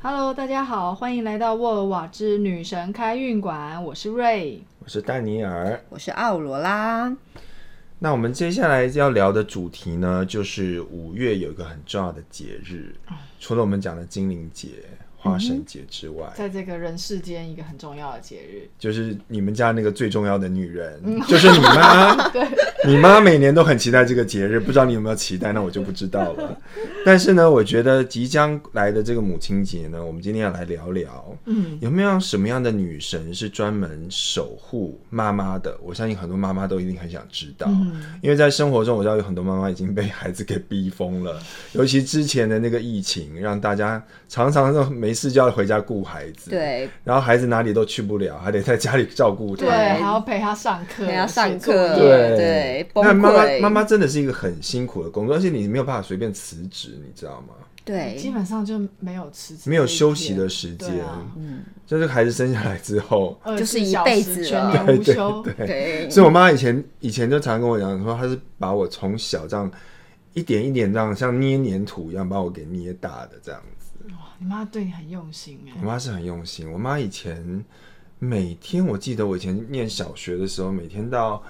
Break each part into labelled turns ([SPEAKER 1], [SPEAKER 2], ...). [SPEAKER 1] Hello，大家好，欢迎来到沃尔瓦之女神开运馆，我是瑞。
[SPEAKER 2] 我是丹尼尔。
[SPEAKER 3] 我是奥罗拉，
[SPEAKER 2] 那我们接下来要聊的主题呢，就是五月有一个很重要的节日，除了我们讲的精灵节、花神节之外，
[SPEAKER 1] 在这个人世间，一个很重要的节日，
[SPEAKER 2] 就是你们家那个最重要的女人，就是你妈。
[SPEAKER 1] 对，
[SPEAKER 2] 你妈每年都很期待这个节日，不知道你有没有期待，那我就不知道了。但是呢，我觉得即将来的这个母亲节呢，我们今天要来聊聊，
[SPEAKER 1] 嗯，
[SPEAKER 2] 有没有什么样的女神是专门守护妈妈的？我相信很多妈妈都一定很想知道，
[SPEAKER 1] 嗯
[SPEAKER 2] 因为在生活中我知道有很多妈妈已经被孩子给逼疯了，尤其之前的那个疫情，让大家常常都没事就要回家顾孩子，，
[SPEAKER 3] 对，
[SPEAKER 2] 然后孩子哪里都去不了，还得在家里照顾他
[SPEAKER 1] 对，
[SPEAKER 2] 们。
[SPEAKER 1] 还要陪他上课，
[SPEAKER 3] 陪他上课
[SPEAKER 1] 写作业
[SPEAKER 2] 对
[SPEAKER 3] 对崩
[SPEAKER 2] 那妈妈
[SPEAKER 3] 溃
[SPEAKER 2] 妈妈真的是一个很辛苦的工作，而且你没有办法随便辞职，你知道吗？
[SPEAKER 1] 基
[SPEAKER 3] 对，
[SPEAKER 1] 本上就没有辞职，
[SPEAKER 2] 没有休息的时间
[SPEAKER 1] 对啊
[SPEAKER 3] 嗯，
[SPEAKER 2] 就是孩子生下来之后，
[SPEAKER 3] 就是
[SPEAKER 1] 24
[SPEAKER 3] 一辈
[SPEAKER 1] 小
[SPEAKER 3] 子
[SPEAKER 1] 时全
[SPEAKER 3] 了
[SPEAKER 1] 年无休，
[SPEAKER 3] 对，
[SPEAKER 2] 所以我妈以前以前就常跟我讲说，她是把我从小这样一点一点这样像捏黏土一样把我给捏大的这样子。
[SPEAKER 1] 哇你妈对你很用心
[SPEAKER 2] 我
[SPEAKER 1] 哎，
[SPEAKER 2] 妈是很用心，我妈以前每天我记得我以前念小学的时候，每天到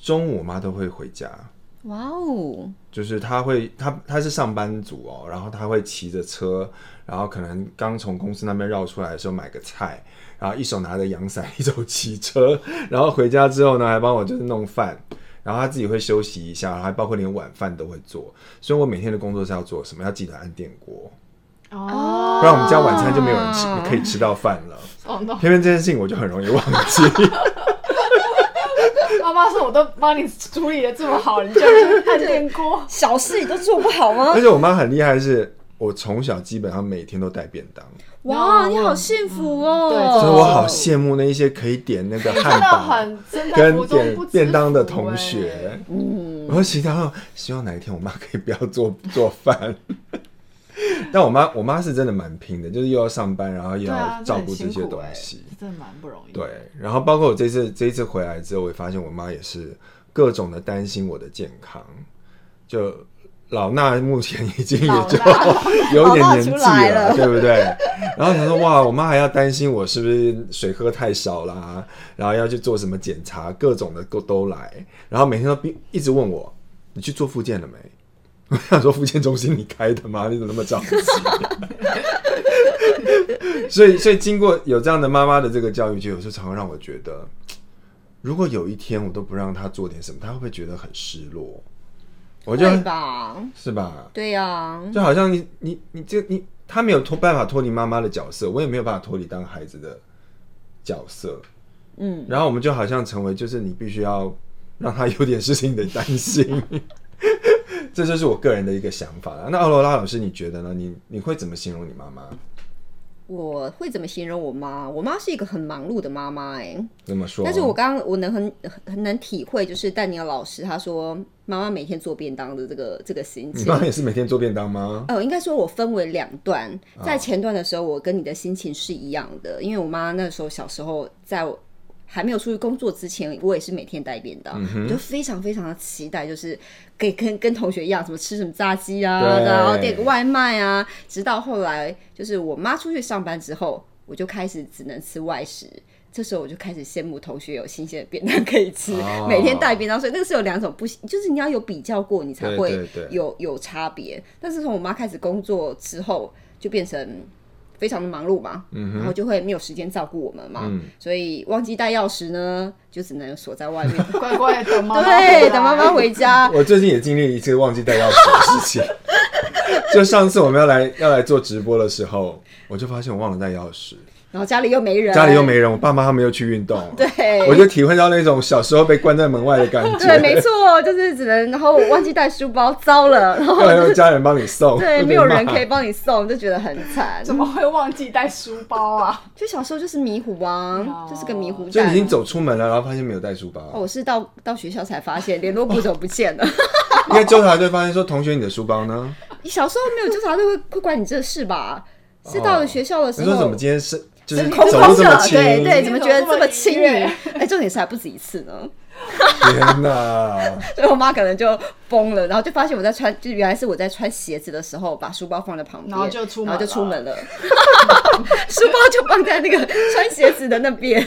[SPEAKER 2] 中午我妈都会回家。
[SPEAKER 3] 哇哦，
[SPEAKER 2] 就是她会，她她是上班族哦，然后她会骑着车，然后可能刚从公司那边绕出来的时候买个菜，然后一手拿着阳伞，一手骑车，然后回家之后呢，还帮我就是弄饭，然后她自己会休息一下，然后还包括连晚饭都会做，所以我每天的工作是要做什么？要记得按电锅，不
[SPEAKER 1] 哦，
[SPEAKER 2] 然我们家晚餐就没有人吃，可以吃到饭了。
[SPEAKER 1] 哦 no，
[SPEAKER 2] 偏偏这件事情我就很容易忘记，
[SPEAKER 1] 妈妈说我都帮你处理的这么好，你就按电 锅，
[SPEAKER 3] 小事你都做不好吗
[SPEAKER 2] 而？且我妈很厉害的是。我从小基本上每天都带便当，
[SPEAKER 3] 哇，你好幸福哦，
[SPEAKER 1] 嗯对
[SPEAKER 2] 所以
[SPEAKER 1] 真
[SPEAKER 2] 我好羡慕那一些可以点那个汉
[SPEAKER 1] 真的
[SPEAKER 2] 堡、
[SPEAKER 1] 很真的
[SPEAKER 2] 跟
[SPEAKER 1] 福中不
[SPEAKER 2] 点
[SPEAKER 1] 知
[SPEAKER 2] 便当的
[SPEAKER 1] 福
[SPEAKER 2] 同
[SPEAKER 1] 哎
[SPEAKER 2] 学，
[SPEAKER 3] 嗯，
[SPEAKER 2] 我希望希望哪一天我妈可以不要做做饭。 但我妈我妈是真的蛮拼的，就是又要上班，然后又
[SPEAKER 1] 对啊
[SPEAKER 2] 要，照顾
[SPEAKER 1] 很
[SPEAKER 2] 这
[SPEAKER 1] 辛
[SPEAKER 2] 些
[SPEAKER 1] 苦
[SPEAKER 2] 东
[SPEAKER 1] 哎
[SPEAKER 2] 西。，
[SPEAKER 1] 这真的蛮不容易。
[SPEAKER 2] 对，，然后包括我这次这一次回来之后，我也发现我妈也是各种的担心我的健康。就老衲目前已经也
[SPEAKER 1] 老
[SPEAKER 2] 就
[SPEAKER 1] 衲
[SPEAKER 2] 有点
[SPEAKER 3] 老衲
[SPEAKER 2] 年纪
[SPEAKER 3] 出来了
[SPEAKER 2] 对不对？然后想说哇，我妈还要担心我是不是水喝太少啦，然后要去做什么检查，各种的都都来，然后每天都逼一直问我，你去做复健了没？ 我想说，复健中心你开的吗？你怎么那么着急？所以，所以经过有这样的妈妈的这个教育，就有时候常常让我觉得，如果有一天我都不让她做点什么，她会不会觉得很失落？我就
[SPEAKER 3] 对吧？
[SPEAKER 2] 是吧？
[SPEAKER 3] 对啊呀，
[SPEAKER 2] 就好像你你你这你，她没有脱办法脱离妈妈的角色，我也没有办法脱离当孩子的角色。
[SPEAKER 3] 嗯，
[SPEAKER 2] 然后我们就好像成为，就是你必须要让他有点事情的担心， 这就是我个人的一个想法啦。那奥罗拉老师，你觉得呢？你你会怎么形容你妈妈
[SPEAKER 3] 我会怎么形容我妈？我妈是一个很忙碌的妈妈，哎，
[SPEAKER 2] 这么说？
[SPEAKER 3] 但是我刚刚我能很很能体会，就是丹尼尔老师他说妈妈每天做便当的这个这个心
[SPEAKER 2] 你
[SPEAKER 3] 情
[SPEAKER 2] 妈。妈也是每天做便当吗？
[SPEAKER 3] 呃，应该说我分为两段，
[SPEAKER 2] 啊
[SPEAKER 3] 在前段的时候，我跟你的心情是一样的，因为我妈那时候小时候在我。还没有出去工作之前，我也是每天带便当，
[SPEAKER 2] 嗯
[SPEAKER 3] 我就非常非常的期待，就是可以跟跟同学一样，什么吃什么炸鸡啊，
[SPEAKER 2] 对
[SPEAKER 3] 然后点个外卖啊。直到后来，就是我妈出去上班之后，我就开始只能吃外食。这时候我就开始羡慕同学有新鲜的便当可以吃，
[SPEAKER 2] 哦
[SPEAKER 3] 每天带便当，所以那个是有两种不，就是你要有比较过，你才
[SPEAKER 2] 对
[SPEAKER 3] 会
[SPEAKER 2] 对对
[SPEAKER 3] 有有差别。但是从我妈开始工作之后，就变成非常的忙碌嘛，然后就会没有时间照顾我们嘛，
[SPEAKER 2] 嗯
[SPEAKER 3] 所以忘记带钥匙呢，就只能锁在外 面。
[SPEAKER 1] 乖乖等妈妈回来，
[SPEAKER 3] 对，等妈妈回家。
[SPEAKER 2] 我最近也经历一次忘记带钥匙的事 情，就上次我们要来要来做直播的时候，我就发现我忘了带钥匙，
[SPEAKER 3] 然后家里又没人，
[SPEAKER 2] 家里又没人，我爸妈他们又去运动，
[SPEAKER 3] 对，
[SPEAKER 2] 我就体会到那种小时候被关在门外的感觉。
[SPEAKER 3] 对，没错，就是只能，然后忘记带书包，糟了，然后
[SPEAKER 2] 要有家人帮你送，
[SPEAKER 3] 对，
[SPEAKER 2] 会被
[SPEAKER 3] 没有人可以
[SPEAKER 2] 骂。
[SPEAKER 3] 帮你送，就觉得很惨。
[SPEAKER 1] 怎么会忘记带书包啊？
[SPEAKER 3] 就小时候就是迷糊啊
[SPEAKER 1] 哦，
[SPEAKER 3] 就是个迷糊
[SPEAKER 2] 就
[SPEAKER 3] 蛋
[SPEAKER 2] 已。经走出门了，然后发现没有带书包，
[SPEAKER 3] 哦我是到到学校才发现联络簿怎么不见了。
[SPEAKER 2] 应该纠察队发现说：“同学，你的书包呢
[SPEAKER 3] 你小时候没有纠察队会会管你这事吧？是到了学校的？”时
[SPEAKER 2] 哦你
[SPEAKER 3] 候，
[SPEAKER 2] 说怎么今天是就是
[SPEAKER 3] 空
[SPEAKER 2] 走路
[SPEAKER 3] 空
[SPEAKER 2] 这么
[SPEAKER 3] 的，
[SPEAKER 2] 轻，
[SPEAKER 3] 对对，
[SPEAKER 1] 你
[SPEAKER 3] 怎么
[SPEAKER 1] 怎
[SPEAKER 3] 觉
[SPEAKER 1] 么这
[SPEAKER 3] 得这
[SPEAKER 1] 么
[SPEAKER 3] 么轻
[SPEAKER 1] 愉
[SPEAKER 3] 盈
[SPEAKER 1] 悦？
[SPEAKER 3] 哎，重点是还不止一次呢，
[SPEAKER 2] 天哪！
[SPEAKER 3] 所以我妈可能就崩了，然后就发现我在穿，就原来是我在穿鞋子的时候把书包放在旁边，
[SPEAKER 1] 然后就出门
[SPEAKER 3] 然后就出
[SPEAKER 1] 了
[SPEAKER 3] 门了， 书包就放在那个穿鞋子的那边，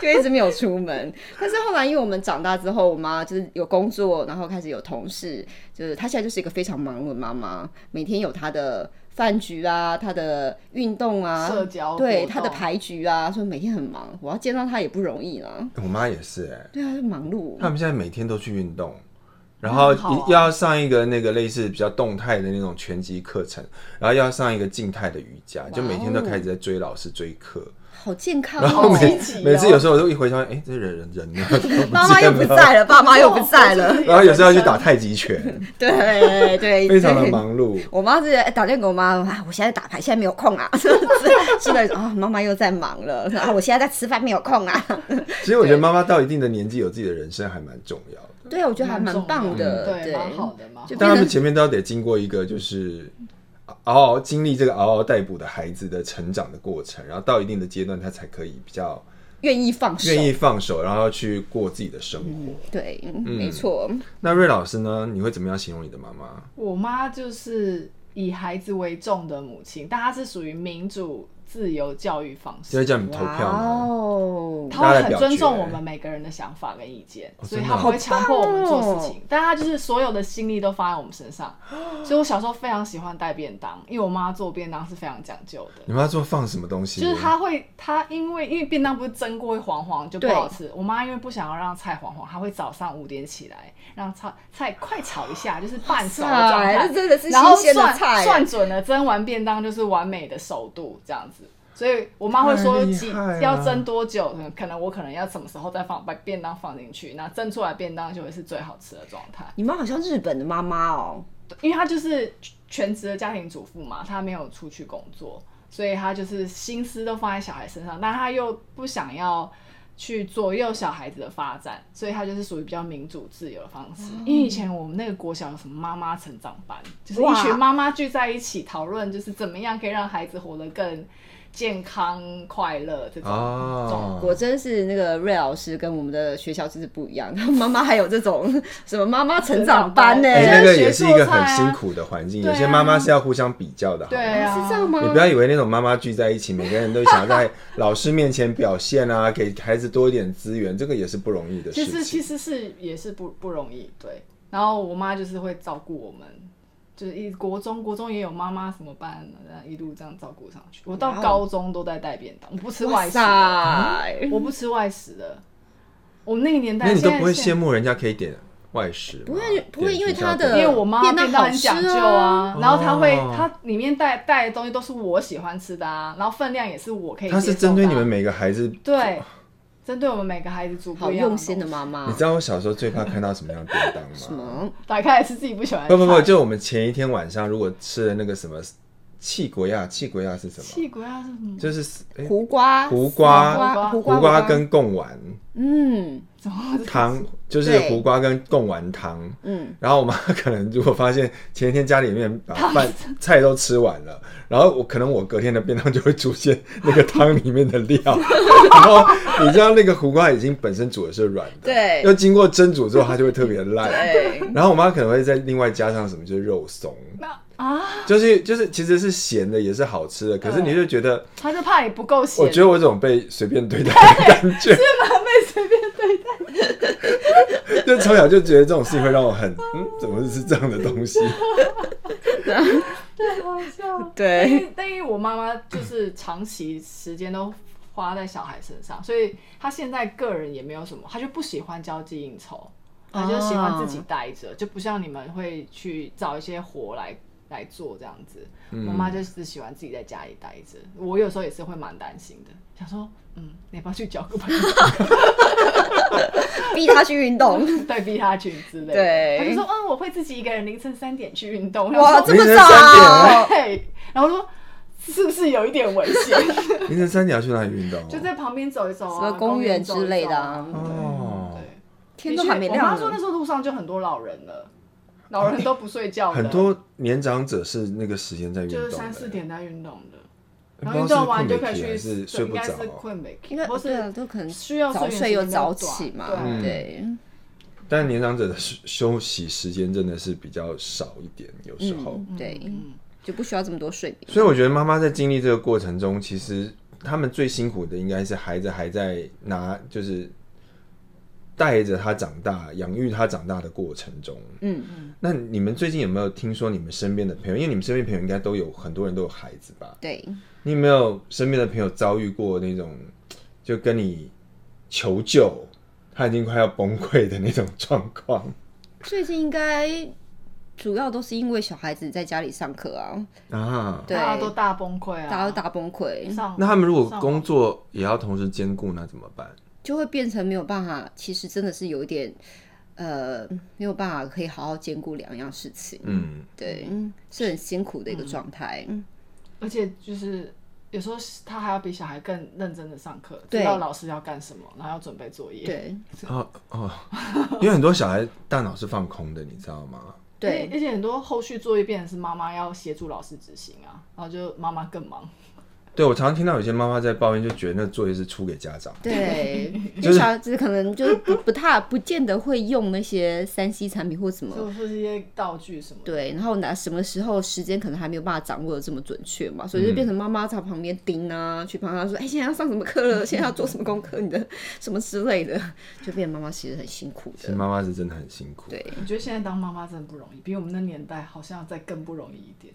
[SPEAKER 3] 就一直没有出门。但是后来因为我们长大之后，我妈就是有工作，然后开始有同事，就是她现在就是一个非常忙碌的妈妈，每天有她的。饭局啊，她的运动啊，
[SPEAKER 1] 社交
[SPEAKER 3] 对
[SPEAKER 1] 活动
[SPEAKER 3] 她的牌局啊，所以每天很忙。我要见到她也不容易啦，
[SPEAKER 2] 我妈也是哎、
[SPEAKER 3] 对啊，就忙碌。
[SPEAKER 2] 他们现在每天都去运动，然后
[SPEAKER 1] 嗯好啊
[SPEAKER 2] 一要上一个那个类似比较动态的那种拳击课程，然后要上一个静态的瑜伽，就每天都开始在追老师追课，
[SPEAKER 3] 好健康
[SPEAKER 2] 然后
[SPEAKER 3] 哦！
[SPEAKER 2] 每
[SPEAKER 1] 哦好积极哦
[SPEAKER 2] 每次有时候我都一回想，哎、这人人 人呢？怎么不
[SPEAKER 3] 爸妈又
[SPEAKER 2] 见
[SPEAKER 3] 不
[SPEAKER 2] 了
[SPEAKER 3] 在了，爸妈又不在了，
[SPEAKER 2] 然后有时候要去打太极 拳，
[SPEAKER 3] 对对，
[SPEAKER 2] 非常的
[SPEAKER 3] 对。
[SPEAKER 2] 忙碌。
[SPEAKER 3] 我妈是哎打电话给我妈，啊，我现在打牌，现在没有空啊， 是的啊，妈妈又在忙了啊，我现在在吃饭，没有空啊。
[SPEAKER 2] 其实我觉得妈妈到一定的年纪，有自己的人生还蛮重要的。
[SPEAKER 3] 对啊，我觉得还蛮棒
[SPEAKER 1] 嗯
[SPEAKER 3] 的，
[SPEAKER 1] 对，蛮好的，蛮好
[SPEAKER 3] 就
[SPEAKER 1] 的。
[SPEAKER 2] 但他
[SPEAKER 3] 变
[SPEAKER 2] 们
[SPEAKER 3] 成
[SPEAKER 2] 前面都要得经过一个就是嗷嗷经历这个嗷嗷待哺的孩子的成长的过程，然后到一定的阶段，他才可以比较
[SPEAKER 3] 愿意放手，嗯
[SPEAKER 2] 愿意放手，然后去过自己的生活。
[SPEAKER 3] 对，没错，
[SPEAKER 2] 那瑞老师呢？你会怎么样形容你的妈妈？
[SPEAKER 1] 我妈就是以孩子为重的母亲，但她是属于民主自由教育方
[SPEAKER 2] 就会
[SPEAKER 1] 式，
[SPEAKER 2] 叫你们投票吗？
[SPEAKER 3] 哦，
[SPEAKER 1] 她会
[SPEAKER 2] 大家来
[SPEAKER 1] 很
[SPEAKER 2] 表
[SPEAKER 1] 尊重
[SPEAKER 2] 决
[SPEAKER 1] 我们每个人的想法跟意见，
[SPEAKER 2] 哦
[SPEAKER 1] 所以
[SPEAKER 2] 真的
[SPEAKER 1] 她
[SPEAKER 2] 哦
[SPEAKER 1] 不会强迫我们做
[SPEAKER 3] 好棒
[SPEAKER 1] 事
[SPEAKER 3] 哦
[SPEAKER 1] 情，但她就是所有的心力都放在我们身上。所以我小时候非常喜欢带便当，因为我妈做便当是非常讲究的。
[SPEAKER 2] 你妈做放什么东西？
[SPEAKER 1] 就是她会，她因为因为便当不是蒸过会黄黄就不
[SPEAKER 3] 对
[SPEAKER 1] 好吃。我妈因为不想要让菜黄黄，她会早上五点起来让菜菜快炒一下，就是半熟的状
[SPEAKER 3] 哇
[SPEAKER 1] 态
[SPEAKER 3] 哎这。真的是
[SPEAKER 1] 然后
[SPEAKER 3] 新鲜的
[SPEAKER 1] 算
[SPEAKER 3] 菜，
[SPEAKER 1] 算准了蒸完便当就是完美的熟度这样子。所以我妈会
[SPEAKER 2] 太
[SPEAKER 1] 说
[SPEAKER 2] 厉
[SPEAKER 1] 几、
[SPEAKER 2] 害了
[SPEAKER 1] 要蒸多久，嗯可能我可能要什么时候再放把便当放进去，那蒸出来便当就会是最好吃的状态。
[SPEAKER 3] 你妈好像日本的妈妈哦，
[SPEAKER 1] 对因为她就是全职的家庭主妇嘛，她没有出去工作，所以她就是心思都放在小孩身上，但她又不想要去左右小孩子的发展，所以她就是属于比较民主自由的方式。
[SPEAKER 3] 哦
[SPEAKER 1] 因为以前我们那个国小有什么妈妈成长班，就是一群
[SPEAKER 3] 哇
[SPEAKER 1] 妈妈聚在一起讨论，就是怎么样可以让孩子活得更健康、快乐这种。
[SPEAKER 2] 哦，
[SPEAKER 3] 果真是那个瑞老师跟我们的学校真是不一样， 他妈妈还有 这种什么妈妈成长班呢、
[SPEAKER 1] 成长班欸
[SPEAKER 2] 哎、那个
[SPEAKER 1] 学
[SPEAKER 2] 也是一
[SPEAKER 1] 做
[SPEAKER 2] 个
[SPEAKER 1] 菜
[SPEAKER 2] 很
[SPEAKER 1] 啊
[SPEAKER 2] 辛苦的环境，有
[SPEAKER 1] 对
[SPEAKER 2] 些
[SPEAKER 1] 啊
[SPEAKER 2] 妈妈是要互相比较的，好吗
[SPEAKER 1] 对啊，
[SPEAKER 3] 是这样吗？
[SPEAKER 2] 你不要以为那种妈妈聚在一起，每个人都想要在老师面前表现啊，给孩子多一点资源，这个也是不容易的
[SPEAKER 1] 其
[SPEAKER 2] 事
[SPEAKER 1] 实
[SPEAKER 2] 情
[SPEAKER 1] 其。实是也是不不容易，对。然后我妈就是会照顾我们，就是一国中国中也有妈妈什么班，然后一路这样照顾上去。我
[SPEAKER 3] 哇
[SPEAKER 1] 到
[SPEAKER 3] 哦
[SPEAKER 1] 高中都在带便当，我不吃外
[SPEAKER 3] 哇
[SPEAKER 1] 食的，
[SPEAKER 3] 塞！嗯
[SPEAKER 1] 我不吃外食的。我们那个年代，
[SPEAKER 2] 那你都不会
[SPEAKER 1] 现在
[SPEAKER 2] 羡慕人家可以点外食吗？
[SPEAKER 3] 不会不会
[SPEAKER 2] 点
[SPEAKER 3] 因为
[SPEAKER 2] 学校
[SPEAKER 3] 他的
[SPEAKER 2] 点
[SPEAKER 1] 因为我妈
[SPEAKER 3] 便当
[SPEAKER 1] 便当很
[SPEAKER 3] 好吃
[SPEAKER 1] 讲究
[SPEAKER 3] 啊
[SPEAKER 1] 啊，然后她会
[SPEAKER 2] 哦
[SPEAKER 1] 她里面带带的东西都是我喜欢吃的啊，然后分量也是我可以接
[SPEAKER 2] 他
[SPEAKER 1] 受的啊。
[SPEAKER 2] 是针对你们每个孩子。
[SPEAKER 1] 对，针对我们每个孩子煮
[SPEAKER 3] 好
[SPEAKER 1] 不一样
[SPEAKER 3] 用心哦的
[SPEAKER 1] 东西
[SPEAKER 3] 妈妈
[SPEAKER 2] 你，知道我小时候最怕看到什么样的便当吗？
[SPEAKER 3] 什么？
[SPEAKER 1] 打开来是自己不喜欢的
[SPEAKER 2] 不
[SPEAKER 1] 菜。
[SPEAKER 2] 不不，就我们前一天晚上如果吃的那个什么气国亚，气国亚是什么？
[SPEAKER 1] 气鬼啊是什么？
[SPEAKER 2] 就是哎
[SPEAKER 3] 胡瓜、
[SPEAKER 2] 胡瓜
[SPEAKER 3] 丝瓜
[SPEAKER 1] 胡
[SPEAKER 2] 胡瓜跟贡丸
[SPEAKER 3] 嗯
[SPEAKER 1] 怎么
[SPEAKER 2] 汤，就是
[SPEAKER 3] 对
[SPEAKER 2] 胡瓜跟贡丸汤。
[SPEAKER 3] 嗯，
[SPEAKER 2] 然后我妈可能如果发现前一天家里面把饭菜都吃完了，然后我可能我隔天的便当就会出现那个汤里面的 料，然后你知道那个胡瓜已经本身煮的是软的，
[SPEAKER 3] 对
[SPEAKER 2] 又经过蒸煮之后它就会特别烂。
[SPEAKER 3] 对，
[SPEAKER 2] 然后我妈可能会再另外加上什么，就是肉松，
[SPEAKER 1] 那啊？
[SPEAKER 2] 就是就是其实是咸的，也是好吃的，可是你就觉得，
[SPEAKER 1] 他就怕你不够咸，
[SPEAKER 2] 我觉得我有种被随便对待的感 觉，
[SPEAKER 1] 被随便对待。
[SPEAKER 2] 就从小就觉得这种事情会让我很，嗯，怎么是这样的东西？
[SPEAKER 1] 对，好笑。但
[SPEAKER 3] 对
[SPEAKER 1] 因但因为我妈妈就是长期时间都花在小孩身上，所以她现在个人也没有什么，她就不喜欢交际应酬，她就喜欢自己待着，就不像你们会去找一些活来。来做这样子，
[SPEAKER 2] 嗯
[SPEAKER 1] 我妈就是喜欢自己在家里待着。我有时候也是会蛮担心的，想说，嗯，你要不要去交个朋友？
[SPEAKER 3] 逼他去 运动。
[SPEAKER 1] 对，逼她去之类的。
[SPEAKER 3] 对
[SPEAKER 1] 她就说，嗯，我会自己一个人凌晨三点去运动。
[SPEAKER 3] 哇，
[SPEAKER 1] 哇，
[SPEAKER 3] 这么
[SPEAKER 2] 凌晨三
[SPEAKER 3] 早？
[SPEAKER 1] 对，然后说是不是有一点危险？
[SPEAKER 2] 凌晨三点要去哪里运动？
[SPEAKER 1] 就在旁边走一走啊，
[SPEAKER 3] 什么公
[SPEAKER 1] 公
[SPEAKER 3] 园
[SPEAKER 1] 走一走
[SPEAKER 3] 之类的啊
[SPEAKER 2] 哦
[SPEAKER 1] 对，
[SPEAKER 3] 天都还没
[SPEAKER 1] 的确我
[SPEAKER 3] 亮
[SPEAKER 1] 妈说那
[SPEAKER 3] 呢。
[SPEAKER 1] 时候路上就很多老人了，老 人都不睡觉的，
[SPEAKER 2] 很多年长者是那个时间在运
[SPEAKER 1] 就
[SPEAKER 2] 动
[SPEAKER 1] 是
[SPEAKER 2] 的，
[SPEAKER 1] 三四点在运动的。然后运动完
[SPEAKER 2] 不
[SPEAKER 1] 就
[SPEAKER 2] 知道
[SPEAKER 1] 可
[SPEAKER 2] 是
[SPEAKER 1] 以去应
[SPEAKER 2] 不是困美期还是睡不
[SPEAKER 1] 该
[SPEAKER 2] 着啊
[SPEAKER 1] 是困美期，
[SPEAKER 3] 因为
[SPEAKER 1] 或
[SPEAKER 3] 对啊，
[SPEAKER 1] 是
[SPEAKER 3] 都可能
[SPEAKER 1] 需要
[SPEAKER 3] 早
[SPEAKER 1] 睡眠
[SPEAKER 3] 睡
[SPEAKER 1] 时
[SPEAKER 3] 又
[SPEAKER 1] 间比较
[SPEAKER 3] 早起
[SPEAKER 1] 短
[SPEAKER 3] 嘛，
[SPEAKER 1] 对
[SPEAKER 3] 对，
[SPEAKER 2] 但年长者的休休息时间真的是比较少一点，有时候。
[SPEAKER 3] 嗯对，就不需要这么多睡眠。
[SPEAKER 2] 所以我觉得妈妈在经历这个过程中，其实他们最辛苦的应该是孩子还在拿，就是带着他长大、养育他长大的过程中。
[SPEAKER 3] 嗯，
[SPEAKER 2] 那你们最近有没有听说你们身边的朋友？因为你们身边朋友应该都有很多人都有孩子吧？
[SPEAKER 3] 对，
[SPEAKER 2] 你有没有身边的朋友遭遇过那种就跟你求救，他已经快要崩溃的那种状况？
[SPEAKER 3] 最近应该主要都是因为小孩子在家里上课啊，
[SPEAKER 2] 啊，
[SPEAKER 3] 对，
[SPEAKER 1] 哦大家都大崩溃啊，
[SPEAKER 3] 大家都大崩溃，
[SPEAKER 1] 上。
[SPEAKER 2] 那他们如果
[SPEAKER 1] 上网
[SPEAKER 2] 工作也要同时兼顾，那怎么办？
[SPEAKER 3] 就会变成没有办法，其实真的是有一点。呃，没有办法可以好好兼顾两样事情，
[SPEAKER 2] 嗯，
[SPEAKER 3] 对，是很辛苦的
[SPEAKER 1] 嗯
[SPEAKER 3] 一个状态。
[SPEAKER 1] 而且就是有时候他还要比小孩更认真的上课，
[SPEAKER 3] 对
[SPEAKER 1] 知道老师要干什么，然后要准备作业。，
[SPEAKER 3] 对
[SPEAKER 2] 哦哦，因为很多小孩大脑是放空的，你知道吗？
[SPEAKER 3] 对，
[SPEAKER 1] 而且很多后续作业变成是妈妈要协助老师执行啊，然后就妈妈更忙。
[SPEAKER 2] 对我常常听到有些妈妈在抱怨，就觉得那作业是出给家长。
[SPEAKER 3] 对，因
[SPEAKER 2] 就
[SPEAKER 3] 为
[SPEAKER 2] 是
[SPEAKER 3] 小孩子可能就是不不太不见得会用那些三 C 产品或什么，
[SPEAKER 1] 就或是一些道具什么的。
[SPEAKER 3] 对，然后哪什么时候时间可能还没有办法掌握的这么准确嘛，所以就
[SPEAKER 2] 嗯
[SPEAKER 3] 变成妈妈在旁边盯啊，去帮他说，哎、现在要上什么课了，现在要做什么功课，你的什么之类的，就变成妈妈其实很辛苦
[SPEAKER 2] 其实
[SPEAKER 3] 的，
[SPEAKER 2] 妈妈是真的很辛苦。
[SPEAKER 3] 对，
[SPEAKER 1] 我觉得现在当妈妈真的不容易，比我们那年代好像再更不容易一点，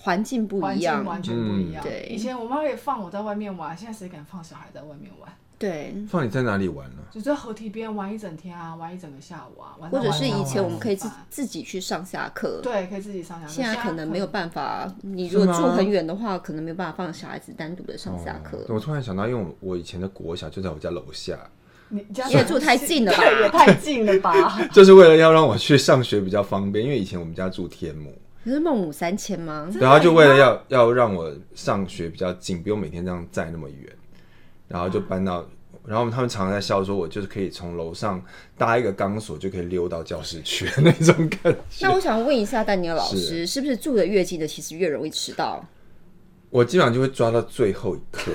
[SPEAKER 3] 环境不
[SPEAKER 1] 环
[SPEAKER 3] 一
[SPEAKER 1] 境完
[SPEAKER 3] 样，
[SPEAKER 1] 全不一样。
[SPEAKER 3] 嗯对
[SPEAKER 1] 以前我妈也放我在外面玩，现在谁敢放小孩在外面玩？
[SPEAKER 3] 对，
[SPEAKER 2] 放你在哪里玩呢、
[SPEAKER 1] 就在河堤边玩一整天啊，玩一整个下午啊，晚上
[SPEAKER 3] 或者
[SPEAKER 1] 玩
[SPEAKER 3] 是
[SPEAKER 1] 到
[SPEAKER 3] 以前我
[SPEAKER 1] 晚
[SPEAKER 3] 们可以自
[SPEAKER 1] 上
[SPEAKER 3] 自己去上下课。
[SPEAKER 1] 对可以自己上下课，
[SPEAKER 3] 现在可能没有
[SPEAKER 1] 可
[SPEAKER 3] 办法，你
[SPEAKER 2] 是
[SPEAKER 3] 如果
[SPEAKER 2] 吗哦
[SPEAKER 3] 住很远的话，可能没有办法放小孩子单独的上下课。
[SPEAKER 2] 我突然想到，因为我我以前的国小就在我家楼下，
[SPEAKER 1] 你家
[SPEAKER 3] 你也住太近了吧
[SPEAKER 1] 对，也太近了 吧？
[SPEAKER 2] 就是为了要让我去上学比较方便，因为以前我们家住天母，
[SPEAKER 3] 可是孟母三迁吗？
[SPEAKER 1] 真的
[SPEAKER 2] 然后就为了
[SPEAKER 1] 吗
[SPEAKER 2] 要要让我上学比较近，不用每天这样载那么远，然后就
[SPEAKER 1] 嗯
[SPEAKER 2] 搬到，然后他们常常在笑说，我就是可以从楼上搭一个钢索就可以溜到教室去那种感
[SPEAKER 3] 那
[SPEAKER 2] 觉。
[SPEAKER 3] 我想问一下丹尼尔老师，是不是住的越近的其实越容易迟到？
[SPEAKER 2] 我基本上就会抓到最后一 刻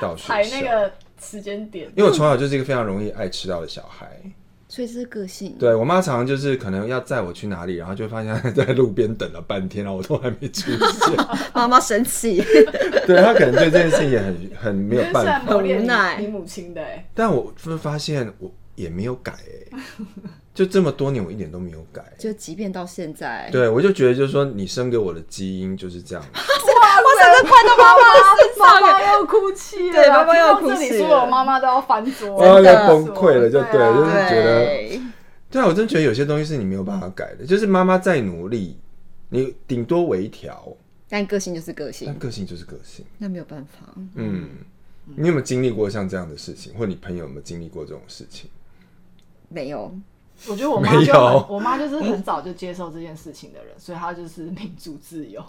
[SPEAKER 2] 到学
[SPEAKER 1] 踩
[SPEAKER 2] 校，
[SPEAKER 1] 那个时间点，
[SPEAKER 2] 因为我从小就是一个非常容易爱迟到的小孩。
[SPEAKER 3] 所以这是个性。
[SPEAKER 2] 对我妈常常就是可能要载我去哪里，然后就发现她在路边等了半天，然后我都还没出现。
[SPEAKER 3] 妈妈生气，
[SPEAKER 2] 对她可能对这件事情也很很没有
[SPEAKER 1] 虽
[SPEAKER 2] 办法
[SPEAKER 1] 然。磨练
[SPEAKER 3] 很无奈
[SPEAKER 1] 你你母亲的哎，
[SPEAKER 2] 但我就是发现我也没有改、欸，就这么多年我一点都没有改。
[SPEAKER 3] 就即便到现在，
[SPEAKER 2] 对，我就觉得就是说，你生给我的基因就是这样。
[SPEAKER 1] 我整个快到妈 妈妈妈要哭泣了，
[SPEAKER 3] 对妈妈要哭泣了
[SPEAKER 1] 听到这里所有妈妈都要翻桌，
[SPEAKER 2] 妈妈要
[SPEAKER 1] 真的
[SPEAKER 2] 崩溃了就对
[SPEAKER 1] 对啊
[SPEAKER 2] 就是觉得
[SPEAKER 3] 对，
[SPEAKER 2] 对啊，我真觉得有些东西是你没有办法改的，就是妈妈再努力，你顶多微调，
[SPEAKER 3] 但个性就是个
[SPEAKER 2] 但
[SPEAKER 3] 性，
[SPEAKER 2] 个性就是个性。
[SPEAKER 3] 那没有办法。
[SPEAKER 2] 嗯，你有没有经历过像这样的事情，或你朋友有没有经历过这种事情？
[SPEAKER 3] 没有，
[SPEAKER 1] 我觉得我妈
[SPEAKER 2] 没
[SPEAKER 1] 就
[SPEAKER 2] 有
[SPEAKER 1] 很，我妈就是很早就接受这件事情的人，所以她就是 民主自由。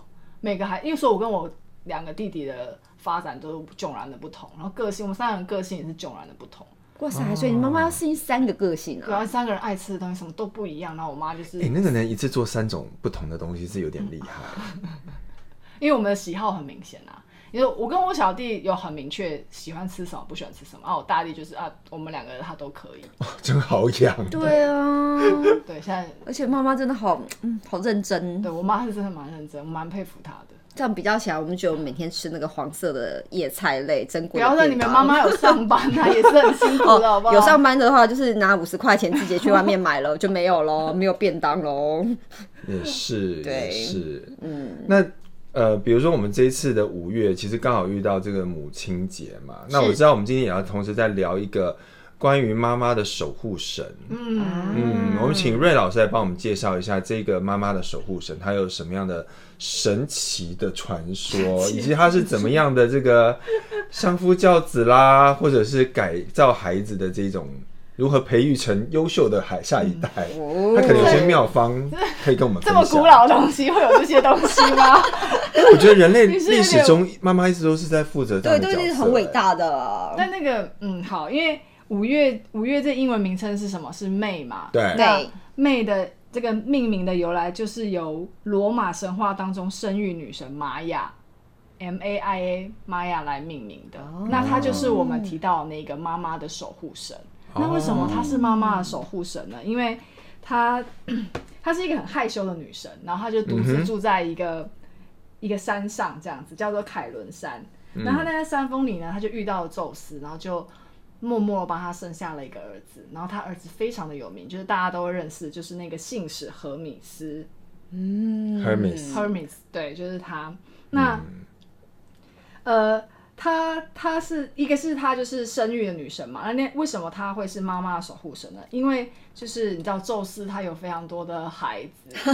[SPEAKER 1] 每个孩，因为说我跟我两个弟弟的发展都迥然的不同，然后个性，我们三个人个性也是迥然的不同。
[SPEAKER 3] 哇塞！所以你妈妈要适应三个个性
[SPEAKER 1] 对，
[SPEAKER 3] 啊，
[SPEAKER 1] 而三个人爱吃的东西什么都不一样。然后我妈就是
[SPEAKER 2] 哎、，那个能一次做三种不同的东西是有点厉害。
[SPEAKER 1] 因为我们的喜好很明显啊。因为我跟我小弟有很明确喜欢吃什么，不喜欢吃什么。啊，我大弟就是啊，我们两个他都可以。
[SPEAKER 2] 哦，真好痒。
[SPEAKER 3] 对啊，
[SPEAKER 1] 对，现在
[SPEAKER 3] 而且妈妈真的好，嗯，好认真。
[SPEAKER 1] 对我妈是真的蛮认真，我蛮佩服她的。
[SPEAKER 3] 这样比较起来，我们觉得我们每天吃那个黄色的叶菜类珍
[SPEAKER 1] 不
[SPEAKER 3] 贵的
[SPEAKER 1] 要
[SPEAKER 3] 便当。哦
[SPEAKER 1] 让你们妈妈有上班啊，也是很辛苦的，好不好？
[SPEAKER 3] 有上班的话，就是拿五十块钱自己去外面买了，就 没有喽，没有便当喽。
[SPEAKER 2] 也是，
[SPEAKER 3] 对
[SPEAKER 2] 也是，嗯，那呃，比如说我们这一次的五月，其实刚好遇到这个母亲节嘛。那我知道我们今天也要同时在聊一个关于妈妈的守护神。
[SPEAKER 1] 嗯，
[SPEAKER 3] 啊
[SPEAKER 2] 嗯，我们请瑞老师来帮我们介绍一下这个妈妈的守护神，她有什么样的神奇的传说，以及她是怎么样的这个相夫教子啦，或者是改造孩子的这种如何培育成优秀的孩下一代，
[SPEAKER 3] 哦
[SPEAKER 2] 她可能有些妙方可以跟我们
[SPEAKER 1] 这
[SPEAKER 2] 分享。
[SPEAKER 1] 么古老的东西会有这些东西吗？
[SPEAKER 2] 哎，我觉得人类历史中，妈妈一直都是在负责这
[SPEAKER 3] 对
[SPEAKER 2] 样的
[SPEAKER 3] 对
[SPEAKER 2] 角色，
[SPEAKER 3] 对，很伟
[SPEAKER 2] 哎。
[SPEAKER 3] 大的。
[SPEAKER 1] 但那个嗯，好，因为五月五月这英文名称是什么？是 May 嘛？
[SPEAKER 2] 对
[SPEAKER 1] 那
[SPEAKER 3] 对
[SPEAKER 1] May 的这个命名的由来就是由罗马神话当中生育女神玛雅。 M A I A Maya 来命名的。那它就是我们提到的那个妈妈的守护神。那为什么她是妈妈的守护神呢？因为她 她是一个很害羞的女生，然后她就独自住在一个、一个山上，这样子叫做凯伦山。然后她那在山峰里呢，她就遇到了宙斯，然后就默默帮她生下了一个儿子。然后她儿子非常的有名，就是大家都会认识，就是那个信使荷米斯。嗯
[SPEAKER 3] 嗯
[SPEAKER 2] Hermes，
[SPEAKER 1] Hermes，对，就是他。那、呃，她她是一个是她就是生育的女神嘛，那那为什么她会是妈妈的守护神呢？因为就是你知道宙斯他有非常多的孩 子，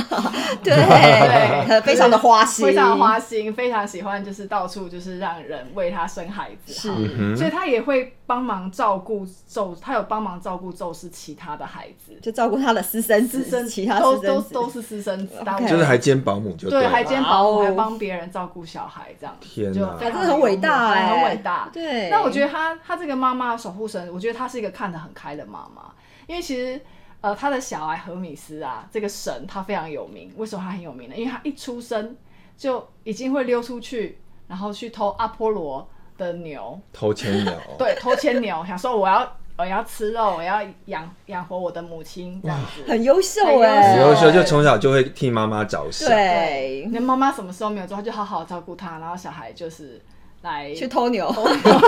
[SPEAKER 3] 对，呃 非常的花心，
[SPEAKER 1] 非常花心，非常喜欢就是到处就是让人为他生孩子，
[SPEAKER 3] 是嗯
[SPEAKER 1] 好所以他也会帮忙照顾宙，他有帮忙照顾宙斯其他的孩子。
[SPEAKER 3] 就照顾他的私生
[SPEAKER 1] 私生
[SPEAKER 3] 子，其他
[SPEAKER 1] 都
[SPEAKER 3] 私
[SPEAKER 1] 都
[SPEAKER 3] 生子
[SPEAKER 1] 都是私生子，当
[SPEAKER 3] OK
[SPEAKER 2] 就是还兼保姆就
[SPEAKER 1] 对，
[SPEAKER 2] 了
[SPEAKER 1] 还兼保姆，
[SPEAKER 3] 哇哦
[SPEAKER 1] 还帮别人照顾小孩，这样子
[SPEAKER 2] 天
[SPEAKER 1] 就
[SPEAKER 2] 哪
[SPEAKER 1] 非常
[SPEAKER 3] 真的很伟大
[SPEAKER 1] 幽默
[SPEAKER 3] 哎
[SPEAKER 1] 很伟大。
[SPEAKER 3] 对
[SPEAKER 1] 那我觉得她她这个妈妈守护神，我觉得她是一个看得很开的妈妈，因为其实呃她的小孩荷米斯啊，这个神他非常有名。为什么他很有名呢？因为他一出生就已经会溜出去，然后去偷阿波罗的牛，
[SPEAKER 2] 偷牵牛，
[SPEAKER 1] 对，偷牵牛，想说我要我要吃肉，我要养养活我的母亲这样子。
[SPEAKER 3] 很优秀
[SPEAKER 1] 很优
[SPEAKER 3] 哎，
[SPEAKER 2] 很优秀，
[SPEAKER 1] 对
[SPEAKER 2] 就从小就会替妈妈着想。
[SPEAKER 1] 对
[SPEAKER 3] 对
[SPEAKER 1] 你，的妈妈什么时候没有做，她就好好照顾她，然后小孩就是来
[SPEAKER 3] 去偷牛，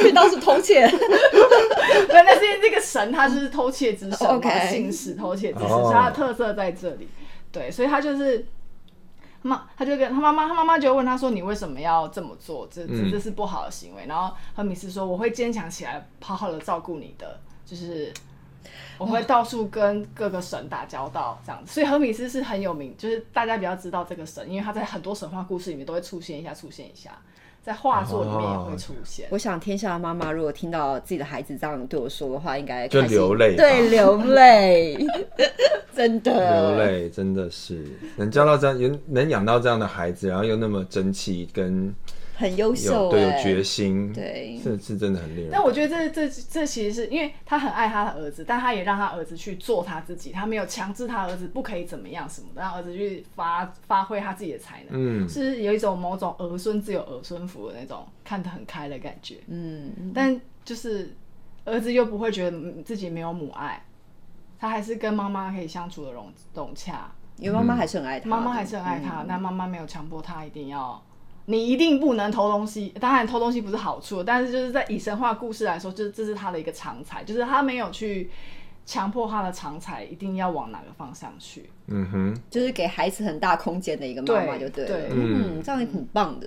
[SPEAKER 3] 去到处偷窃，
[SPEAKER 1] 对，但是这个神他就是偷窃之神嘛
[SPEAKER 3] OK
[SPEAKER 1] 信使偷窃之神，
[SPEAKER 2] 哦
[SPEAKER 1] 所以他的特色在这里。对，所以他就是妈，他就跟他妈妈，他妈妈就问他说：“你为什么要这么做？这这
[SPEAKER 2] 嗯
[SPEAKER 1] 这是不好的行为。然后赫米斯说：“我会坚强起来，好好的照顾你的，就是。”我会到处跟各个神打交道，这样子，所以赫米斯是很有名，就是大家比较知道这个神，因为他在很多神话故事里面都会出现一下，出现一下，在画作里面也
[SPEAKER 2] 哦
[SPEAKER 1] 会出现。
[SPEAKER 3] 我想天下的妈妈如果听到自己的孩子这样对我说的话，应该
[SPEAKER 2] 就
[SPEAKER 3] 开心
[SPEAKER 2] 流泪吧
[SPEAKER 3] 对，流 泪，真的
[SPEAKER 2] 流。泪真的是能交到这样，能养到这样的孩子，然后又那么争气跟
[SPEAKER 3] 很优秀、
[SPEAKER 2] 有
[SPEAKER 3] 欸，
[SPEAKER 2] 对有决心，
[SPEAKER 3] 对
[SPEAKER 2] 这是真的很令人。
[SPEAKER 1] 但我觉得这这这其实是因为他很爱他的儿子，但他也让他儿子去做他自己，他没有强制他儿子不可以怎么样什么的，让儿子去发发挥他自己的才能，
[SPEAKER 2] 嗯
[SPEAKER 1] 是有一种某种儿孙自有儿孙福的那种看得很开的感觉。
[SPEAKER 3] 嗯，
[SPEAKER 1] 但就是儿子又不会觉得嗯自己没有母爱，他还是跟妈妈可以相处的融融洽，
[SPEAKER 3] 因为妈妈还是很爱他，嗯
[SPEAKER 1] 妈妈还是很爱他，那妈妈没有强迫他一定要，你一定不能偷东西。当然偷东西不是好处，但是就是在以神话故事来说，就是这是他的一个常才，就是他没有去强迫他的常才一定要往哪个方向去。
[SPEAKER 2] 嗯哼，
[SPEAKER 3] 就是给孩子很大空间的一个妈妈，就对了
[SPEAKER 1] 对对
[SPEAKER 3] 嗯，这样也挺棒的，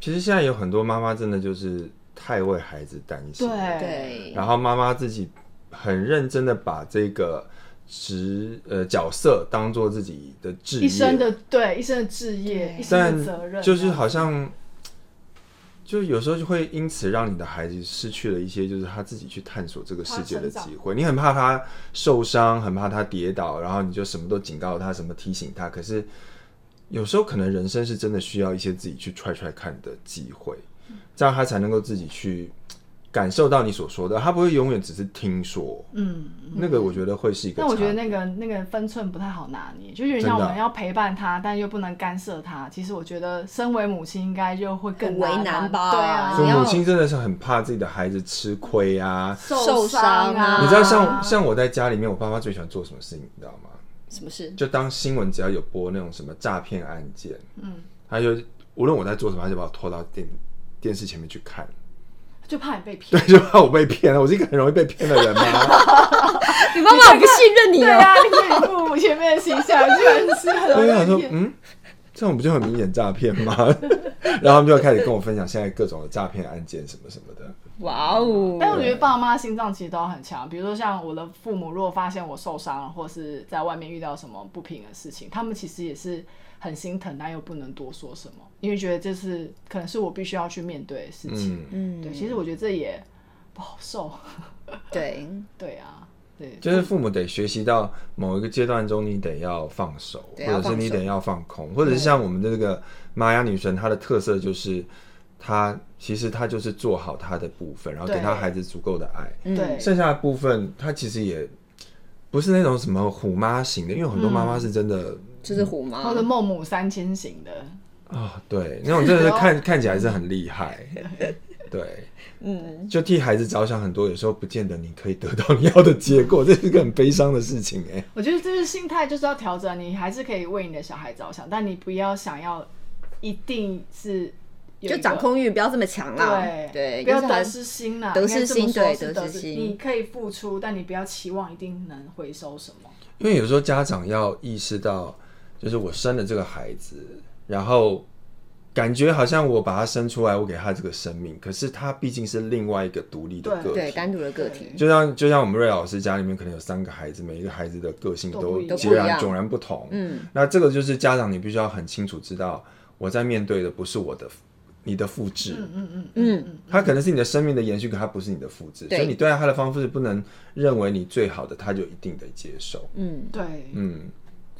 [SPEAKER 2] 其实现在有很多妈妈真的就是太为孩子担心，，
[SPEAKER 3] 对，
[SPEAKER 2] 然后妈妈自己很认真的把这个职呃角色当做自己的职业，
[SPEAKER 1] 一生的对一生的置业，
[SPEAKER 3] 对
[SPEAKER 1] 一生的责任，啊
[SPEAKER 2] 但就是好像。就有时候就会因此让你的孩子失去了一些，就是他自己去探索这个世界的机会。你很怕他受伤，很怕他跌倒，然后你就什么都警告他，什么提醒他。可是有时候可能人生是真的需要一些自己去踹踹看的机会，
[SPEAKER 1] 嗯
[SPEAKER 2] 这样他才能够自己去感受到你所说的。他不会永远只是听说，
[SPEAKER 1] 嗯。
[SPEAKER 2] 那个我觉得会是一个
[SPEAKER 1] 但
[SPEAKER 2] 差别。
[SPEAKER 1] 我觉得那个那个分寸不太好拿捏，就有点像
[SPEAKER 2] 真
[SPEAKER 1] 我
[SPEAKER 2] 的啊
[SPEAKER 1] 们要陪伴他，但又不能干涉他。其实我觉得，身为母亲应该就会更
[SPEAKER 3] 很为
[SPEAKER 1] 麻烦
[SPEAKER 3] 难吧
[SPEAKER 1] 对啊，
[SPEAKER 2] 所以
[SPEAKER 3] 你要
[SPEAKER 2] 母亲真的是很怕自己的孩子吃亏啊，
[SPEAKER 1] 受伤
[SPEAKER 3] 受伤啊
[SPEAKER 2] 你知道像像我在家里面，我爸妈最喜欢做什么事情，你知道吗？
[SPEAKER 3] 什么 事？
[SPEAKER 2] 就当新闻只要有播那种什么诈骗案件，
[SPEAKER 1] 嗯，
[SPEAKER 2] 他就无论我在做什么，他就把我拖到电电视前面去看，
[SPEAKER 1] 就怕你被骗
[SPEAKER 2] 对，。就怕我被骗了。我是一个很容易被骗的人嘛，
[SPEAKER 3] 你妈妈不信任你
[SPEAKER 1] 对
[SPEAKER 3] 哦，
[SPEAKER 1] 啊，你看你父母前面的形象，居然是很
[SPEAKER 2] 我就想
[SPEAKER 1] 容
[SPEAKER 2] 说
[SPEAKER 1] 易，骗
[SPEAKER 2] 嗯，这种不就很明显诈骗吗？ 然后他们就会开始跟我分享现在各种的诈骗案件什么什么的。
[SPEAKER 3] 哇哦！
[SPEAKER 1] 但我觉得爸妈心脏其实都很强，比如说像我的父母，如果发现我受伤了，或是在外面遇到什么不平的事情，他们其实也是很心疼，但又不能多说什么，因为觉得这是可能是我必须要去面对的事情。
[SPEAKER 2] 嗯，
[SPEAKER 3] 嗯，
[SPEAKER 1] 对，其实我觉得这也不好受。
[SPEAKER 3] 对，
[SPEAKER 1] 对啊，对，
[SPEAKER 2] 就是父母得学习到某一个阶段中，你得要放手，
[SPEAKER 3] 对
[SPEAKER 2] 或
[SPEAKER 3] 要
[SPEAKER 2] 者是
[SPEAKER 3] 放
[SPEAKER 2] 你
[SPEAKER 3] 手
[SPEAKER 2] 得要放空，或者是像我们的这个玛雅女神，她的特色就是她其实她就是做好她的部分，然后给
[SPEAKER 1] 对
[SPEAKER 2] 她孩子足够的爱，
[SPEAKER 3] 嗯
[SPEAKER 1] 对，
[SPEAKER 2] 剩下的部分她其实也不是那种
[SPEAKER 3] 嗯
[SPEAKER 2] 什么虎妈型的，因为有很多妈妈是真的
[SPEAKER 3] 就是虎妈
[SPEAKER 1] 或者孟母三迁型的，
[SPEAKER 2] 啊、对，那种真的
[SPEAKER 3] 哦
[SPEAKER 2] 是看看起来是很厉害，对，嗯，就替孩子着想很多，有时候不见得你可以得到你要的结果，这是一个很悲伤的事情哎、
[SPEAKER 1] 我觉得这是心态，就是要调整。你还是可以为你的小孩着想，但你不要想要一定是有一
[SPEAKER 3] 就
[SPEAKER 1] 个
[SPEAKER 3] 掌控欲不要这么强啦
[SPEAKER 1] 对，
[SPEAKER 3] 对，
[SPEAKER 1] 不要
[SPEAKER 3] 就是还
[SPEAKER 1] 得失心啦，
[SPEAKER 3] 得失心
[SPEAKER 1] 应该这么说
[SPEAKER 3] 对
[SPEAKER 1] 是
[SPEAKER 3] 得
[SPEAKER 1] 得
[SPEAKER 3] 失心
[SPEAKER 1] 你可以付出，但你不要期望一定能回收什么。
[SPEAKER 2] 因为有时候家长要意识到，就是我生了这个孩子，然后感觉好像我把他生出来，我给他这个生命，可是他毕竟是另外一个独立的
[SPEAKER 1] 对
[SPEAKER 2] 个体，
[SPEAKER 3] 对单独的个体，
[SPEAKER 2] 就像就像我们瑞老师家里面可能有三个孩子，每一个孩子的个性
[SPEAKER 1] 都不
[SPEAKER 2] 都
[SPEAKER 1] 一样
[SPEAKER 2] 截然
[SPEAKER 3] 都不一样
[SPEAKER 2] 迥然不同。
[SPEAKER 3] 嗯，
[SPEAKER 2] 那这个就是家长你必须要很清楚知道，我在面对的不是我的你的复制，
[SPEAKER 1] 嗯嗯嗯
[SPEAKER 3] 嗯
[SPEAKER 1] 嗯
[SPEAKER 2] 它可能是你的生命的延续，可它不是你的复制，
[SPEAKER 3] 对
[SPEAKER 2] 所以你对待它的方式不能认为你最好的，他就一定得接受。
[SPEAKER 3] 嗯
[SPEAKER 1] 嗯，，对，
[SPEAKER 2] 嗯，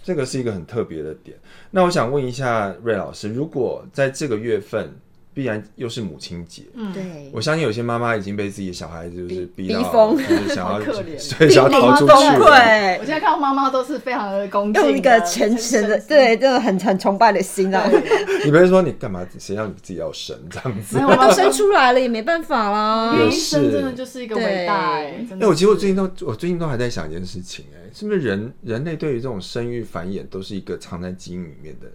[SPEAKER 2] 这个是一个很特别的点。那我想问一下瑞老师，如果在这个月份必然又是母亲节，
[SPEAKER 1] 嗯，
[SPEAKER 3] 对，
[SPEAKER 2] 我相信有些妈妈已经被自己的小孩子就是逼到，
[SPEAKER 3] 逼疯
[SPEAKER 2] 就是想要
[SPEAKER 1] 好可怜
[SPEAKER 2] 对，想要逃出去
[SPEAKER 1] 逼妈妈崩
[SPEAKER 2] 了。
[SPEAKER 1] 我现在看到妈妈都是非常的恭敬的，
[SPEAKER 3] 用一个虔诚的，对，这种很很崇拜的心啊，
[SPEAKER 2] 你不是说你干嘛？谁让你自己要生这样子？
[SPEAKER 1] 没有，
[SPEAKER 3] 都
[SPEAKER 1] 我
[SPEAKER 3] 生出来了也没办法啦。
[SPEAKER 1] 愿
[SPEAKER 2] 也
[SPEAKER 1] 意
[SPEAKER 2] 是
[SPEAKER 1] 生真的就是一个伟大、哎，真
[SPEAKER 2] 哎、
[SPEAKER 1] 的
[SPEAKER 2] 我其实我
[SPEAKER 1] 是
[SPEAKER 2] 最近都，我最近都还在想一件事情、哎，是不是人人类对于这种生育繁衍都是一个藏在基因里面的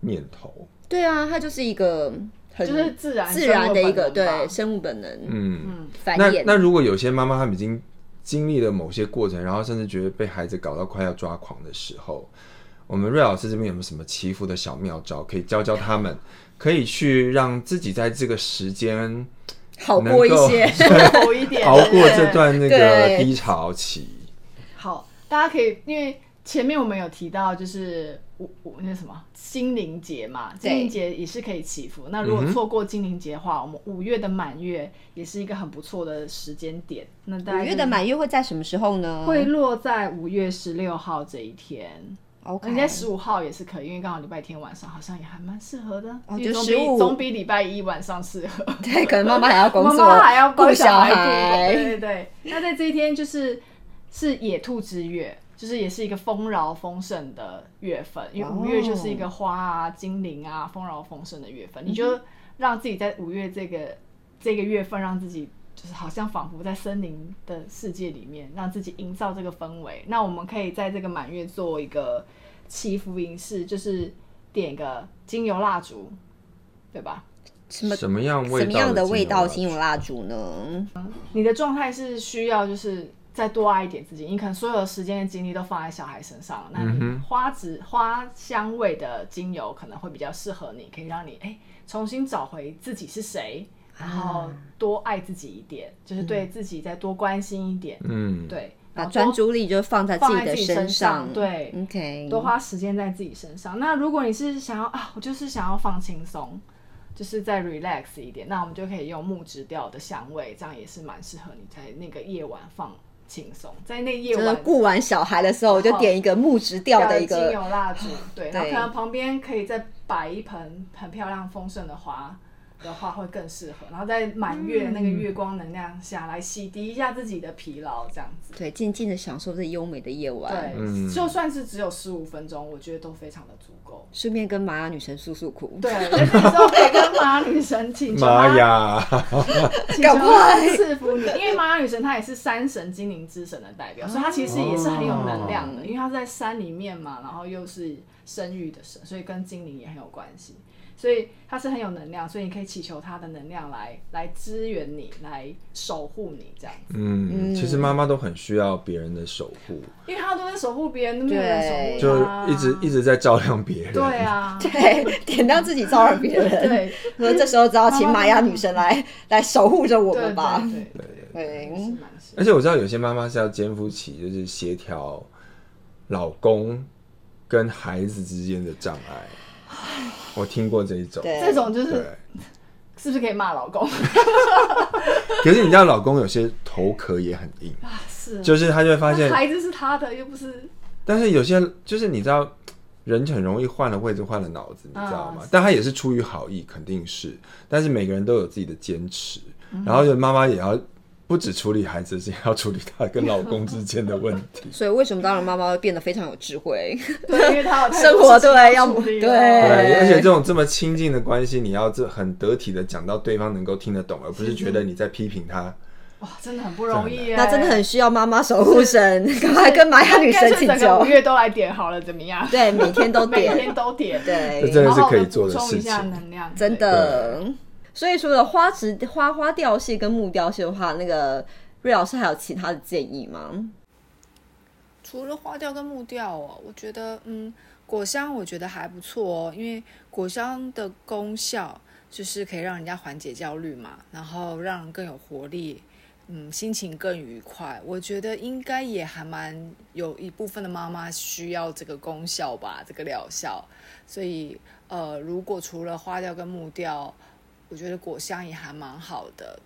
[SPEAKER 2] 念头？
[SPEAKER 3] 对啊，它就是一个很
[SPEAKER 1] 就是自然
[SPEAKER 3] 自然的一个
[SPEAKER 1] 生物本能吧
[SPEAKER 3] 对生物本能
[SPEAKER 2] 嗯，
[SPEAKER 3] 繁
[SPEAKER 2] 那
[SPEAKER 3] 衍。
[SPEAKER 2] 那如果有些妈妈她们已经经历了某些过程，然后甚至觉得被孩子搞到快要抓狂的时候，我们瑞老师这边有没有什么祈福的小妙招可以教教他们，可以去让自己在这个时间
[SPEAKER 3] 好过一 些，
[SPEAKER 1] 厚一点，
[SPEAKER 2] 熬过这段那个
[SPEAKER 3] 对
[SPEAKER 2] 低潮期？
[SPEAKER 1] 好，大家可以因为前面我们有提到，就是我我那什么精灵节嘛，
[SPEAKER 3] 对
[SPEAKER 1] 精灵节也是可以祈福。那如果错过精灵节的话，我们
[SPEAKER 3] 嗯
[SPEAKER 1] 五月的满月也是一个很不错的时间点。那大
[SPEAKER 3] 五
[SPEAKER 1] 家
[SPEAKER 3] 月的满月会在什么时候呢？
[SPEAKER 1] 会落在五月十六号这一天。
[SPEAKER 3] OK，
[SPEAKER 1] 应该十五号也是可以，因为刚好礼拜天晚上好像也还蛮适合的，因
[SPEAKER 3] 哦
[SPEAKER 1] 为
[SPEAKER 3] 就
[SPEAKER 1] 总
[SPEAKER 3] 15
[SPEAKER 1] 比总比礼拜一晚上适合。
[SPEAKER 3] 对，可能妈妈还要工
[SPEAKER 1] 妈
[SPEAKER 3] 作，
[SPEAKER 1] 妈还要
[SPEAKER 3] 顾
[SPEAKER 1] 帮小
[SPEAKER 3] 孩，
[SPEAKER 1] 孩顾对对对。那在这一天就是是野兔之月，就是也是一个丰饶丰盛的月份，因为
[SPEAKER 3] 哦嗯
[SPEAKER 1] 五月就是一个花啊、精灵啊丰饶丰盛的月份，你就让自己在五月这个这个月份让自己。就是好像仿佛在森林的世界里面，让自己营造这个氛围。那我们可以在这个满月做一个祈福仪式，就是点一个精油蜡烛，对吧？
[SPEAKER 3] 什么
[SPEAKER 2] 什么样味
[SPEAKER 3] 什么样的味道
[SPEAKER 2] 精
[SPEAKER 3] 精
[SPEAKER 2] 油
[SPEAKER 3] 油蜡烛呢？
[SPEAKER 1] 你的状态是需要就是再多爱一点自己，你可能所有的时间的精力都放在小孩身上，那你花植、花香味的精油可能会比较适合你，可以让你哎、重新找回自己是谁，
[SPEAKER 3] 啊
[SPEAKER 1] 然后多爱自己一点，就是对自己再多关心一点，
[SPEAKER 2] 嗯，
[SPEAKER 1] 对，
[SPEAKER 3] 把
[SPEAKER 1] 然后
[SPEAKER 3] 专
[SPEAKER 1] 多
[SPEAKER 3] 注力就放在自
[SPEAKER 1] 放
[SPEAKER 3] 己
[SPEAKER 1] 在
[SPEAKER 3] 的
[SPEAKER 1] 自己身
[SPEAKER 3] 上，
[SPEAKER 1] 对，
[SPEAKER 3] ，OK，
[SPEAKER 1] 多花时间在自己身上。那如果你是想要啊，我就是想要放轻松，就是再 relax 一点，那我们就可以用木质调的香味，这样也是蛮适合你在那个夜晚放轻松，在那夜
[SPEAKER 3] 就是
[SPEAKER 1] 晚
[SPEAKER 3] 顾完小孩的时候，我就点一个木质调的一
[SPEAKER 1] 精
[SPEAKER 3] 个，
[SPEAKER 1] 油蜡 烛，对，然后
[SPEAKER 3] 对
[SPEAKER 1] 可能旁边可以再摆一盆很漂亮丰盛的花。的话会更适合，然后在满
[SPEAKER 3] 嗯
[SPEAKER 1] 月那个月光能量下来洗涤一下自己的疲劳，这样子。
[SPEAKER 3] 对，静静的享受这优美的夜晚，
[SPEAKER 1] 对，
[SPEAKER 2] 嗯
[SPEAKER 1] 就算是只有十五分钟，我觉得都非常的足够。
[SPEAKER 3] 顺便跟玛雅女神诉诉苦，
[SPEAKER 1] 对，那时候可以跟玛雅女神请求
[SPEAKER 2] 妈
[SPEAKER 1] 她，
[SPEAKER 2] 呀，
[SPEAKER 1] 请求
[SPEAKER 3] 赶快
[SPEAKER 1] 她赐福你，因为玛雅女神她也是山神、精灵之神的代表，所以她其实也是很有能量
[SPEAKER 2] 哦
[SPEAKER 1] 的，因为她在山里面嘛，然后又是生育的神，所以跟精灵也很有关系，所以她是很有能量，所以你可以祈求她的能量来来支援你，来守护你这样子，
[SPEAKER 2] 嗯，其实妈妈都很需要别人的守护，
[SPEAKER 1] 因为她都在守护别人，都没有人守
[SPEAKER 2] 就
[SPEAKER 1] 护
[SPEAKER 3] 啊
[SPEAKER 1] 她，
[SPEAKER 2] 一直一直在照亮别人。
[SPEAKER 1] 对， 啊，
[SPEAKER 3] 对，点到自己招惹别人，
[SPEAKER 1] 对，
[SPEAKER 3] 所以这时候只好请玛雅女神来来守护着我们吧，
[SPEAKER 1] 对对对对，
[SPEAKER 3] 对
[SPEAKER 1] 是蛮是
[SPEAKER 2] 而且我知道有些妈妈是要肩负起就是协调老公跟孩子之间的障碍，我听过这一种。
[SPEAKER 3] 对
[SPEAKER 1] 这种就是
[SPEAKER 2] 对，
[SPEAKER 1] 是不是可以骂老公？ 啊
[SPEAKER 2] 可是你知道，老公有些头壳也很硬，
[SPEAKER 1] 是，哦
[SPEAKER 2] 就是他就会发现
[SPEAKER 1] 嗯那，孩子是他的，又不是
[SPEAKER 2] 但是有些就是你知道，人很容易换了位置，换了脑子，你知
[SPEAKER 1] 啊
[SPEAKER 2] 道吗？但他也是出
[SPEAKER 1] 嗯
[SPEAKER 2] 于好意，肯定是，但是每个人都有自己的坚持，然后就妈妈也要不止处理孩子的事情，还要处理她跟老公之间的问题。
[SPEAKER 3] 所以为什么当了妈妈会变得非常有智慧？
[SPEAKER 1] 对，因为他有太
[SPEAKER 3] 生
[SPEAKER 1] 多
[SPEAKER 3] 活
[SPEAKER 1] 事情
[SPEAKER 3] 对
[SPEAKER 1] 要
[SPEAKER 3] 要
[SPEAKER 1] 处理了
[SPEAKER 3] 对
[SPEAKER 2] 对，
[SPEAKER 1] 哎
[SPEAKER 2] 而且这种这么亲近的关系，你要这很得体的讲到对方能够听得懂，而不是觉得你在批评他。
[SPEAKER 1] 哇，真的很不容易耶，
[SPEAKER 3] 那真的很需要妈妈守护神， 赶快跟玛雅女神请
[SPEAKER 1] 干脆整个
[SPEAKER 3] 求
[SPEAKER 1] 五。月都来点好了，怎么样？
[SPEAKER 3] 对，每天都
[SPEAKER 1] 每
[SPEAKER 3] 点，
[SPEAKER 1] 天都点，
[SPEAKER 2] 这
[SPEAKER 3] 对
[SPEAKER 2] 真，的是
[SPEAKER 1] 好好
[SPEAKER 2] 可
[SPEAKER 1] 地
[SPEAKER 2] 以做
[SPEAKER 1] 补
[SPEAKER 2] 的
[SPEAKER 1] 充
[SPEAKER 2] 事
[SPEAKER 1] 一下
[SPEAKER 2] 情。
[SPEAKER 1] 能量，
[SPEAKER 3] 真的。所以说的花池花花调系跟木调系的话，那个瑞老师还有其他的建议吗？
[SPEAKER 4] 除了花调跟木调哦，我觉得嗯，果香我觉得还不错哦，因为果香的功效就是可以让人家缓解焦虑嘛，然后让人更有活力，嗯，心情更愉快。我觉得应该也还蛮有一部分的妈妈需要这个功效吧，这个疗效。所以呃，如果除了花调跟木调，我觉得果香也还蛮好的。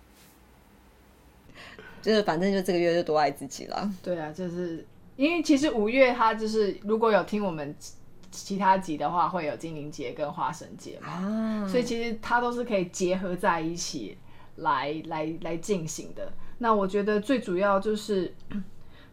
[SPEAKER 3] 就是反正就这个月就多爱自己了。
[SPEAKER 1] 对啊，就是因为其实五月他就是如果有听我们其其他集的话，会有精灵节跟花神节嘛，
[SPEAKER 3] 啊，
[SPEAKER 1] 所以其实它都是可以结合在一起来来来进行的。那我觉得最主要就是，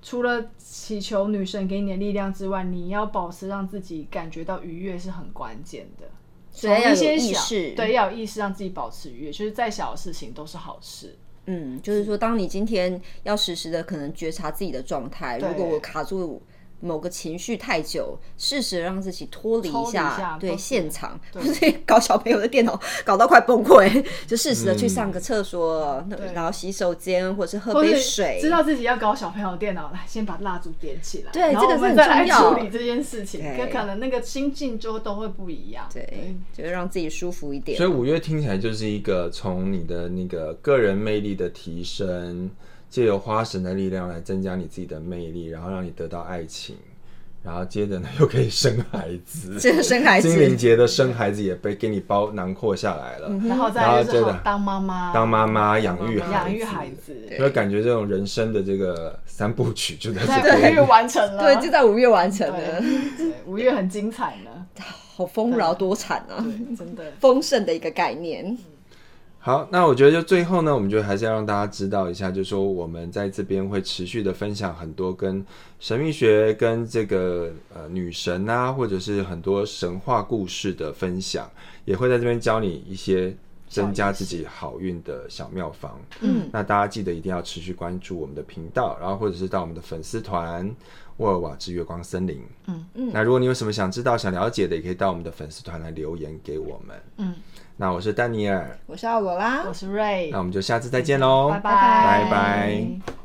[SPEAKER 1] 除了祈求女神给你的力量之外，你要保持让自己感觉到愉悦是很关键的。
[SPEAKER 3] 所以要有
[SPEAKER 1] 一些
[SPEAKER 3] 意
[SPEAKER 1] 小
[SPEAKER 3] 识
[SPEAKER 1] 对，要有意识让自己保持愉悦，就是再小的事情都是好事。
[SPEAKER 3] 嗯，就是说，当你今天要实时的可能觉察自己的状态，
[SPEAKER 1] 对
[SPEAKER 3] 如果我卡住某个情绪太久，适时地让自己脱离
[SPEAKER 1] 抽离一下
[SPEAKER 3] 对
[SPEAKER 1] 都是
[SPEAKER 3] 现场，或
[SPEAKER 1] 对
[SPEAKER 3] 是搞小朋友的电脑搞到快崩溃，就适时的去上个厕所，
[SPEAKER 1] 嗯
[SPEAKER 3] 那
[SPEAKER 1] 对
[SPEAKER 3] 然后洗手间，或是喝
[SPEAKER 1] 或
[SPEAKER 3] 杯
[SPEAKER 1] 是
[SPEAKER 3] 水，
[SPEAKER 1] 知道自己要搞小朋友电脑，来先把蜡烛点起来，
[SPEAKER 3] 对
[SPEAKER 1] 然后
[SPEAKER 3] 这个
[SPEAKER 1] 我们
[SPEAKER 3] 是
[SPEAKER 1] 再
[SPEAKER 3] 很
[SPEAKER 1] 来
[SPEAKER 3] 重要
[SPEAKER 1] 处理这件事情，
[SPEAKER 3] 对
[SPEAKER 1] 可可能那个心境就都会不一样。
[SPEAKER 3] 对，
[SPEAKER 2] 嗯
[SPEAKER 3] 就是让自己舒服一点
[SPEAKER 2] 所以。五月听起来就是一个从你的那个个人魅力的提升，借由花神的力量来增加你自己的魅力，然后让你得到爱情，然后接着呢又可以生孩 子。
[SPEAKER 3] 这个生孩
[SPEAKER 2] 精灵
[SPEAKER 3] 子，
[SPEAKER 2] 节的生孩子也被给你包囊括下来了，
[SPEAKER 1] 然后再
[SPEAKER 2] 然后
[SPEAKER 1] 来就是
[SPEAKER 2] 这
[SPEAKER 1] 好
[SPEAKER 2] 个
[SPEAKER 1] 当妈妈，
[SPEAKER 2] 当妈妈养育孩子，
[SPEAKER 1] 养育孩子，
[SPEAKER 2] 所以感觉这种人生的这个三部曲就在这
[SPEAKER 1] 在五
[SPEAKER 2] 边
[SPEAKER 1] 月。完成了，
[SPEAKER 3] 对，就在五月完成
[SPEAKER 1] 对
[SPEAKER 3] 的，
[SPEAKER 1] 对五月很精彩呢，
[SPEAKER 3] 好丰饶多产啊，
[SPEAKER 1] 对，真 的。
[SPEAKER 3] 丰盛的一个概念。
[SPEAKER 2] 好，那我觉得就最后呢，我们觉得还是要让大家知道一下，就是说我们在这边会持续的分享很多跟神秘学、跟这个呃女神啊，或者是很多神话故事的分享，也会在这边教你一些增加自己好运的小妙方。嗯，那大家记得一定要持续关注我们的频道，然后或者是到我们的粉丝团“沃尔瓦之月光森林”。嗯嗯，那如果你有什么想知道、想了解的，也可以到我们的粉丝团来留言给我们。嗯，那我是丹尼尔。
[SPEAKER 3] 我是奥罗拉，
[SPEAKER 1] 我是 Ray，
[SPEAKER 2] 那我们就下次再见喽，
[SPEAKER 1] 拜
[SPEAKER 3] 拜
[SPEAKER 2] 拜拜